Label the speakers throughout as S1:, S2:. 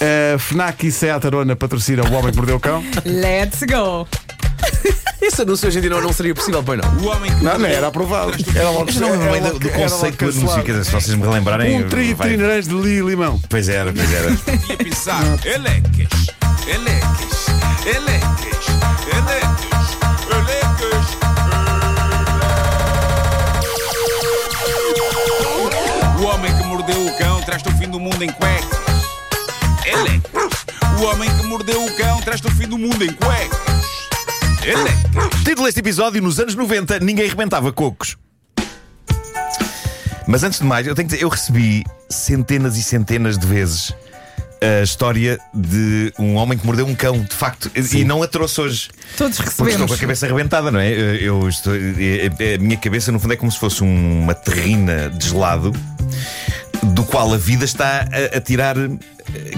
S1: A É, Fnac e Seat Arona patrocina O Homem que Mordeu o Cão.
S2: Let's go!
S3: Esse anúncio hoje em dia não, não seria possível, pois não?
S4: O homem que
S1: Não, não era aprovado. Era logo
S5: Mas não me
S1: era
S5: lembro
S1: logo-
S5: do, do
S1: era logo
S5: conceito do anúncio,
S1: cancelado.
S5: quer dizer, se vocês me relembrarem.
S1: Um tri
S5: vai-
S1: trinarãs de li e limão.
S5: Pois era, pois era.
S4: ia pisar. Eleques, eleques, eleques, eleques, eleques. O homem que mordeu o cão traz-te o fim do mundo em cuecas. Eleques. O homem que mordeu o cão traz-te o fim do mundo em cuecas. Eleques.
S5: Título deste episódio: Nos anos 90, ninguém rebentava cocos. Mas antes de mais, eu tenho que dizer, eu recebi centenas e centenas de vezes a história de um homem que mordeu um cão, de facto, e- e não a trouxe hoje.
S2: Todos
S5: Porque estou com a
S2: recebemos.
S5: cabeça arrebentada, não é? Eu, eu estou, eh, a, a minha cabeça, no fundo, é como se fosse uma terrina de gelado do qual a vida está a, a tirar eh,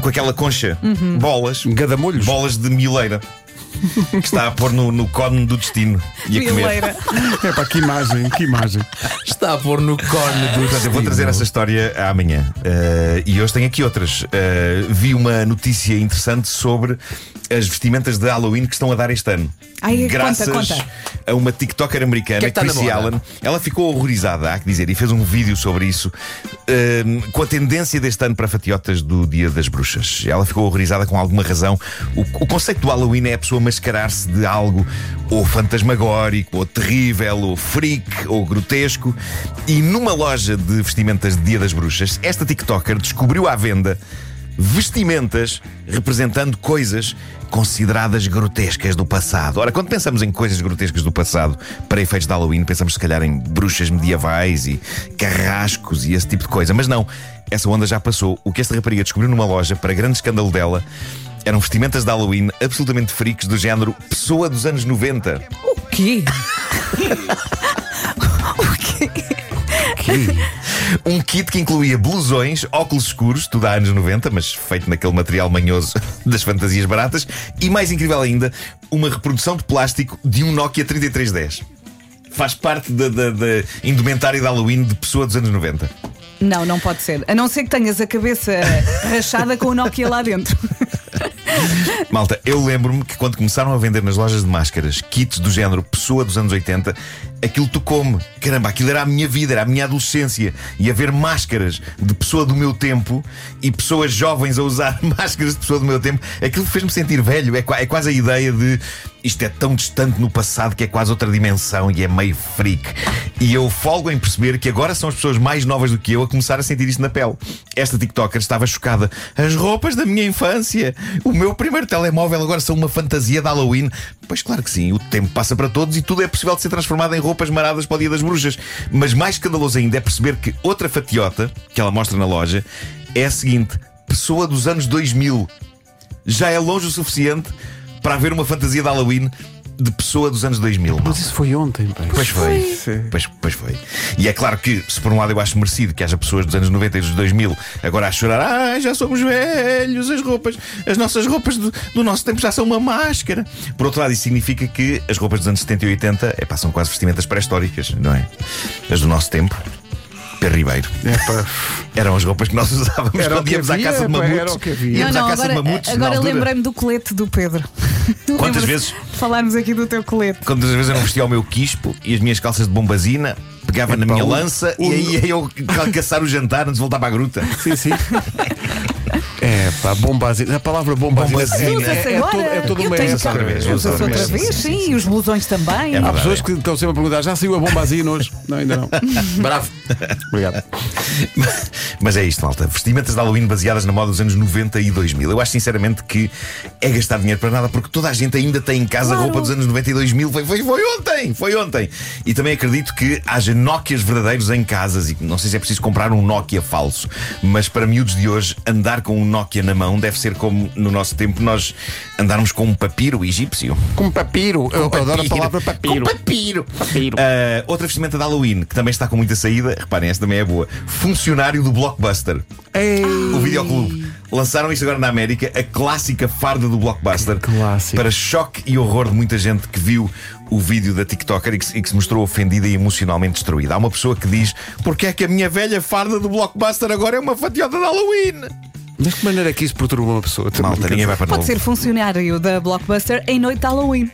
S5: com aquela concha bolas,
S1: Gadamolhos.
S5: bolas de mileira que está a pôr no, no cone do destino e a comer.
S2: Mileira.
S1: É pá, que imagem, que imagem.
S3: Está a pôr no corno do.
S5: Portanto, eu vou trazer essa história amanhã. Eh, e hoje tenho aqui outras. Eh, vi uma notícia interessante sobre as vestimentas de Halloween que estão a dar este ano.
S2: Ai, conta,
S5: Graças
S2: conta.
S5: a uma TikToker americana,
S3: Que é que tá na
S5: Chrissy
S3: moda?
S5: Allen, ela ficou horrorizada, há que dizer, e fez um vídeo sobre isso, ehm, com a tendência deste ano para fatiotas do Dia das Bruxas. Ela ficou horrorizada com alguma razão. O, o conceito do Halloween é a pessoa mascarar-se de algo ou fantasmagórico, ou terrível, ou freak, ou grotesco. E numa loja de vestimentas de Dia das Bruxas, esta TikToker descobriu à venda vestimentas representando coisas consideradas grotescas do passado. Ora, quando pensamos em coisas grotescas do passado para efeitos de Halloween, pensamos se calhar em bruxas medievais e carrascos e esse tipo de coisa. Mas não, essa onda já passou. O que esta rapariga descobriu numa loja, para grande escândalo dela, eram vestimentas de Halloween absolutamente freaks do género pessoa dos anos 90.
S2: O quê? o quê?
S5: Um kit que incluía blusões, óculos escuros, tudo há anos 90, mas feito naquele material manhoso das fantasias baratas, e mais incrível ainda, uma reprodução de plástico de um Nokia 3310. Faz parte da, da, da indumentária de Halloween de pessoa dos anos 90.
S2: Não, não pode ser. A não ser que tenhas a cabeça rachada com o Nokia lá dentro.
S5: Malta, eu lembro-me que quando começaram a vender nas lojas de máscaras kits do género pessoa dos anos 80, aquilo tocou-me. Caramba, aquilo era a minha vida, era a minha adolescência. E haver máscaras de pessoa do meu tempo e pessoas jovens a usar máscaras de pessoa do meu tempo, aquilo fez-me sentir velho. É, qua- é quase a ideia de isto é tão distante no passado que é quase outra dimensão e é meio freak. E eu folgo em perceber que agora são as pessoas mais novas do que eu a começar a sentir isto na pele. Esta TikToker estava chocada. As roupas da minha infância, o meu primeiro telemóvel agora são uma fantasia de Halloween. Pois claro que sim, o tempo passa para todos e tudo é possível de ser transformado em roupas maradas para o dia das bruxas. Mas mais escandaloso ainda é perceber que outra fatiota que ela mostra na loja é a seguinte: pessoa dos anos 2000 já é longe o suficiente para haver uma fantasia de Halloween de pessoa dos anos 2000. malta.
S1: Mas isso foi ontem, pá.
S5: Pois foi. Pois, pois foi. E é claro que, se por um lado eu acho merecido que haja pessoas dos anos 90 e dos 2000 agora a chorar, ah, já somos velhos, as roupas, as nossas roupas do, do nosso tempo já são uma máscara. Por outro lado, isso significa que as roupas dos anos 70 e 80 epá, são quase vestimentas pré-históricas, não é? As do nosso tempo. Pedro Ribeiro.
S1: É pá.
S5: Eram as roupas que nós usávamos
S1: Era o
S5: quando
S1: que
S5: íamos à
S1: havia,
S5: casa de
S1: pá,
S5: mamutos.
S1: era o que havia.
S2: Não,
S5: Íamos
S2: não,
S5: à casa
S2: agora,
S5: de mamutos. na
S2: agora
S5: altura.
S2: lembrei-me do colete do Pedro. Lembras-te
S5: vezes?
S2: de Falarmos aqui do teu colete.
S5: Quantas vezes eu não vestia o meu quispo e as minhas calças de bombazina, pegava na
S1: Epá,
S5: minha
S1: o-
S5: lança
S1: o-
S5: e aí ia eu ca- caçar o jantar antes de voltar para a gruta.
S1: Sim, sim. É pá, bombazina. A palavra bombazina.
S5: Bombazina.
S1: É, é, é, todo- é toda
S2: Eu
S1: uma
S2: tenho
S1: época.
S2: cá-
S5: outra vez, é
S2: Usa-se
S5: outra
S2: outra
S5: vez, sim,
S2: vez,
S5: sim,
S2: sim. E os blusões também.
S5: É
S1: Há
S5: verdade.
S1: pessoas que estão sempre a perguntar: já saiu a bombazina hoje? Não, ainda não.
S3: Bravo.
S1: Obrigado.
S5: Mas é isto, malta. Vestimentas de Halloween baseadas na moda dos anos 90 e 2000. Eu acho sinceramente que é gastar dinheiro para nada porque toda a gente ainda tem em casa
S2: Claro.
S5: a roupa dos anos 90 e 2000. Foi, foi, foi ontem, foi ontem. E também acredito que haja Nokias verdadeiros em casas e não sei se é preciso comprar um Nokia falso. Mas para miúdos de hoje, andar com um Nokia na mão deve ser como no nosso tempo nós andarmos com um papiro egípcio.
S1: Com papiro. Eu adoro a palavra papiro.
S5: Com papiro. Ah, outra vestimenta de Halloween que também está com muita saída. Reparem, esta também é boa. Funcionário do Blockbuster.
S1: Ei.
S5: O videoclube. Lançaram isto agora na América, a clássica farda do Blockbuster.
S1: Que clássico.
S5: Para choque e horror de muita gente que viu o vídeo da TikToker e que, se- e que se mostrou ofendida e emocionalmente destruída. Há uma pessoa que diz: Porquê é que a minha velha farda do Blockbuster agora é uma fatiota de Halloween?
S1: Mas que maneira é que isso perturba uma pessoa? Também
S5: Malta,
S1: quer
S5: ninguém vai para
S2: Pode
S5: novo.
S2: ser funcionário da Blockbuster em noite de Halloween,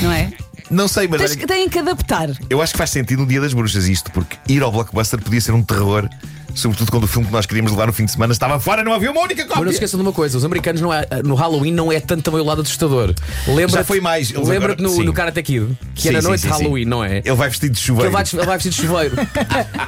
S2: não é?
S5: Não sei, mas
S2: Tens,
S5: olha-
S2: que- têm que adaptar.
S5: Eu acho que faz sentido no Dia das Bruxas isto, porque ir ao blockbuster podia ser um terror, sobretudo quando o filme que nós queríamos levar no fim de semana estava fora, não havia uma única
S3: Mas não se
S5: cópia.
S3: esqueçam de uma coisa: os americanos não é- no Halloween não é tanto também o lado assustador. Lembra
S5: Já foi mais, eles
S3: Lembra-te
S5: agora-
S3: no,
S5: sim.
S3: no Karate Kid, que era
S5: Sim, sim,
S3: noite
S5: sim,
S3: de Halloween,
S5: sim.
S3: não é?
S5: Ele vai vestido de
S3: Que
S5: chuveiro.
S3: Ele vai, ele vai vestido de chuveiro.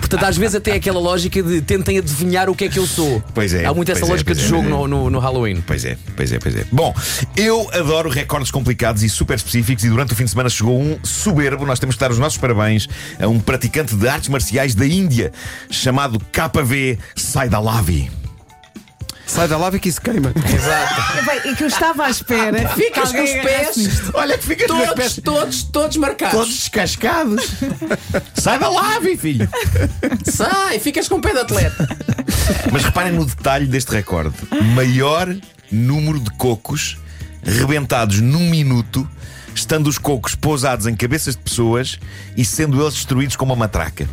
S3: Portanto, às vezes até é aquela lógica de tentem adivinhar o que é que eu sou.
S5: Pois é,
S3: Há muito essa
S5: pois é,
S3: lógica
S5: pois
S3: de
S5: é.
S3: jogo no, no- no Halloween.
S5: Pois é, pois é, pois é. Bom, eu adoro recordes complicados e super específicos e durante o fim de semana chegou um soberbo. Nós temos que dar os nossos parabéns a um praticante de artes marciais da Índia chamado KV Saidalavi.
S1: Sai da lava que isso queima.
S3: Exato.
S2: Bem, e é que eu estava à espera. que
S3: Ficas com os
S2: alguém agarrasse nisto.
S3: pés
S5: Olha que fica
S3: todos, todos, todos marcados.
S5: descascados. Saidalavi, filho.
S3: Sai, ficas com o pé de atleta.
S5: Mas reparem no detalhe deste recorde: maior número de cocos rebentados num minuto, estando os cocos pousados em cabeças de pessoas e sendo eles destruídos com uma matraca.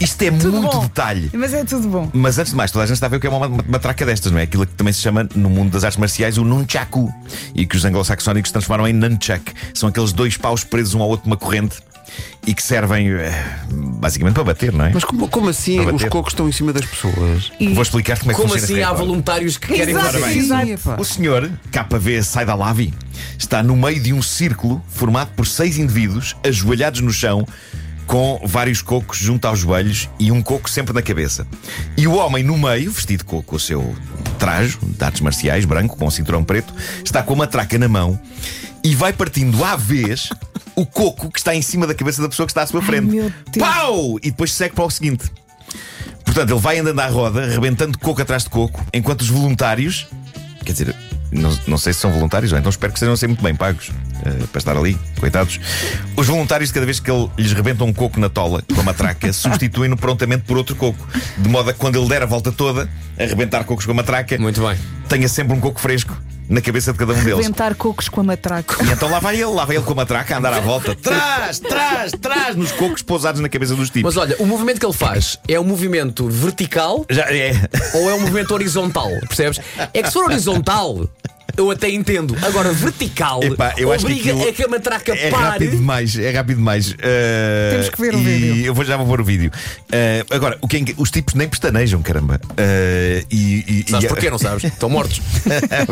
S5: Isto é
S2: Ah. Tudo
S5: muito
S2: bom.
S5: detalhe.
S2: Mas é tudo bom.
S5: Mas antes de mais, toda a gente está a ver o que é uma ma- matraca destas, não é? Aquilo que também se chama no mundo das artes marciais o nunchaku e que os anglo-saxónicos transformaram em nunchuck. São aqueles dois paus presos um ao outro numa corrente e que servem eh, basicamente para bater, não é?
S1: Mas como, como assim
S5: Para
S1: os
S5: bater.
S1: cocos estão em cima das pessoas?
S2: E-
S5: Vou explicar como é que
S3: Como
S5: funciona este
S3: assim há
S5: recorde.
S3: voluntários que querem
S2: Exato,
S5: Ora
S3: fazer
S5: bem.
S3: isso?
S2: exato.
S1: Epá.
S5: O senhor, KV Saidalavi, está no meio de um círculo formado por seis indivíduos ajoelhados no chão, com vários cocos junto aos joelhos e um coco sempre na cabeça. E o homem no meio, vestido com, com o seu trajo de artes marciais, branco, com o cinturão preto, está com a matraca na mão e vai partindo à vez o coco que está em cima da cabeça da pessoa que está à sua frente.
S2: meu Deus.
S5: Pau! E depois segue para o seguinte. Portanto, ele vai andando à roda, rebentando coco atrás de coco, enquanto os voluntários. Quer dizer, não, não sei se são voluntários, ou então espero que sejam sempre muito bem pagos eh, para estar ali, coitados. Os voluntários, cada vez que ele lhes rebenta um coco na tola, com a matraca, substituem-no prontamente por outro coco. De modo a que quando ele der a volta toda, a rebentar cocos com a matraca,
S3: Muito bem.
S5: tenha sempre um coco fresco na cabeça de cada um deles.
S2: Ventar cocos com a matraca.
S5: E então lá vai ele, lá vai ele com a matraca a andar à volta, trás, trás, trás, nos cocos pousados na cabeça dos tipos.
S3: Mas olha, o movimento que ele faz é um movimento vertical
S5: Já é.
S3: ou é um movimento horizontal, percebes? É que se for horizontal, eu até entendo. Agora, vertical
S5: Epá, eu acho que
S3: obriga
S5: aquilo
S3: a que a matraca
S5: É
S3: pare.
S5: rápido demais, é rápido demais. Uh,
S2: Temos que ver o
S5: e
S2: vídeo.
S5: Eu vou, já vou pôr o vídeo. Uh, agora, o que é enga- os tipos nem pestanejam, caramba. Uh, e, e-
S3: Sabes
S5: e-
S3: porquê, não sabes? Estão mortos.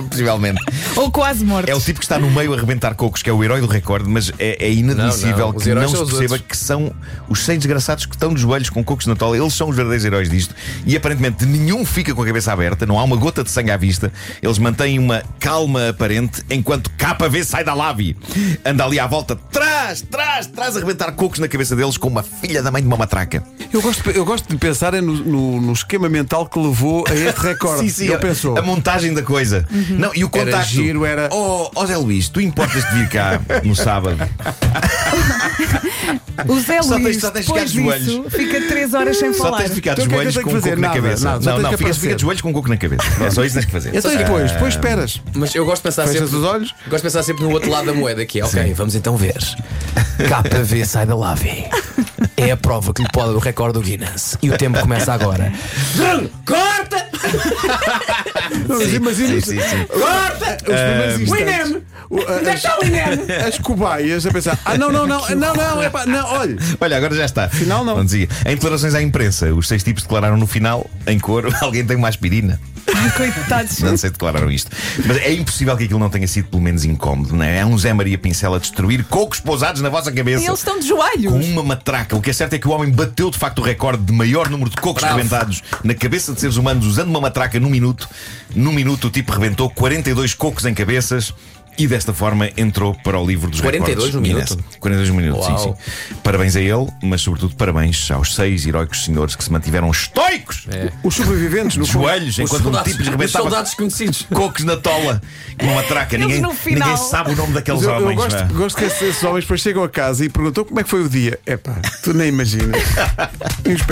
S5: Possivelmente.
S2: Ou quase mortos.
S5: É o tipo que está no meio a arrebentar cocos, que é o herói do recorde, mas é, é
S3: Não,
S5: inadmissível
S3: não, os
S5: que não
S3: heróis
S5: se
S3: são os
S5: perceba
S3: outros.
S5: que são os seis desgraçados que estão nos joelhos com cocos na tola. Eles são os verdadeiros heróis disto. E aparentemente nenhum fica com a cabeça aberta, não há uma gota de sangue à vista. Eles mantêm uma calma aparente enquanto KV sai da lave. Anda ali à volta, trás, trás, trás, a arrebentar cocos na cabeça deles com uma filha da mãe de uma matraca.
S1: Eu gosto, eu gosto de pensar é no, no- no esquema mental que levou a este recorde. Ele pensou.
S5: A montagem da coisa.
S3: Uhum.
S5: Não, e o
S1: Era
S5: contacto.
S1: giro, era-
S5: Oh, oh, Zé Luís, tu importas de vir cá no sábado?
S2: O Zé
S5: Só tens-
S2: Luís,
S5: só tens de
S2: depois
S5: ficar de
S2: disso, fica 3 horas sem
S5: Só
S2: falar.
S5: tens de ficar de
S1: Então o que é que
S5: joelhos
S1: eu tenho
S5: com
S1: que
S5: um
S1: fazer?
S5: coco na
S1: Nada,
S5: cabeça.
S1: nada, só tens
S5: não, não,
S1: que
S5: fica,
S1: aparecer.
S5: fica de joelhos com um coco na cabeça. É só isso que tens que fazer.
S1: Então e depois? Depois esperas.
S3: Mas eu gosto de pensar
S1: Fechas
S3: sempre.
S1: os olhos?
S3: Gosto de pensar sempre no outro lado da moeda, que é ok, vamos então ver. KV sai da lave. É a prova que lhe pode do recorde do Guinness. E o tempo começa agora. Corta!
S1: Não, mas imagina isto.
S3: Corta!
S1: Os primeiros
S2: Um
S3: O
S1: instantes.
S3: INEM!
S1: Ehm, O- a-
S3: Onde é que está o INEM?
S1: as, as cobaias a pensar: ah, não, não, não, não, não, é pá, não, olha.
S5: Olha, agora já está.
S1: Final não.
S5: Bom dia. Em declarações à imprensa, os seis tipos declararam no final, em coro, alguém tem uma aspirina.
S2: Coitados.
S5: Não sei se declararam isto. Mas é impossível que aquilo não tenha sido pelo menos incómodo, não é? É um Zé Maria Pincel a destruir cocos pousados na vossa
S2: E
S5: cabeça.
S2: eles estão de
S5: Com
S2: joelhos.
S5: uma matraca. O que é certo é que o homem bateu de facto o recorde de maior número de cocos
S3: Bravo.
S5: rebentados na cabeça de seres humanos usando uma matraca num minuto. Num minuto o tipo rebentou 42 cocos em cabeças. E desta forma entrou para o livro dos
S3: 42
S5: recordes.
S3: num
S5: Guinness.
S3: minuto?
S5: 42 minutos, sim,
S3: Uau.
S5: sim. Parabéns a ele, mas sobretudo parabéns aos seis heróicos senhores que se mantiveram estoicos
S1: Os sobreviventes, no
S5: de
S1: fundo.
S5: joelhos
S3: É. Os
S5: enquanto um
S3: soldados,
S5: tipo lhes
S3: os
S5: rebentava
S3: soldados conhecidos.
S5: cocos na tola com uma matraca.
S2: Eles
S5: Ninguém,
S2: no final-
S5: ninguém sabe o nome daqueles
S1: Mas eu, eu
S5: homens. é? vá.
S1: gosto, gosto que esses, esses homens depois chegam a casa e perguntam como é que foi o dia. Epá, tu nem imaginas. Um
S2: Chegar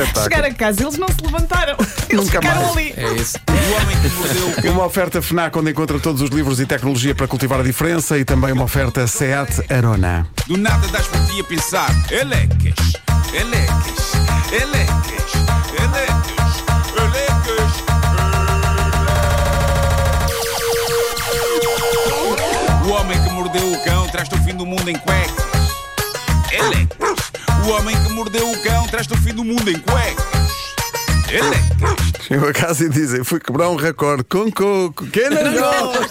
S1: espetáculo.
S2: a casa, eles não se levantaram. Eles
S1: Nunca
S2: ficaram
S1: mais.
S2: ali.
S3: É isso.
S4: O homem que mordeu o cão.
S1: Uma oferta FNAC onde encontra todos os livros e tecnologia para cultivar a diferença e também uma oferta SEAT Arona.
S4: Do nada das por ti a pensar. Elecas, elecas, elecas, elecas, elecas, elecas. mordeu o cão traz-te o fim do mundo em cuecas. Ele. O homem que mordeu o cão traz-te o fim do mundo em cuecas. Ele.
S1: Chegam a casa e dizem: fui quebrar um recorde com coco. Quem não gosta?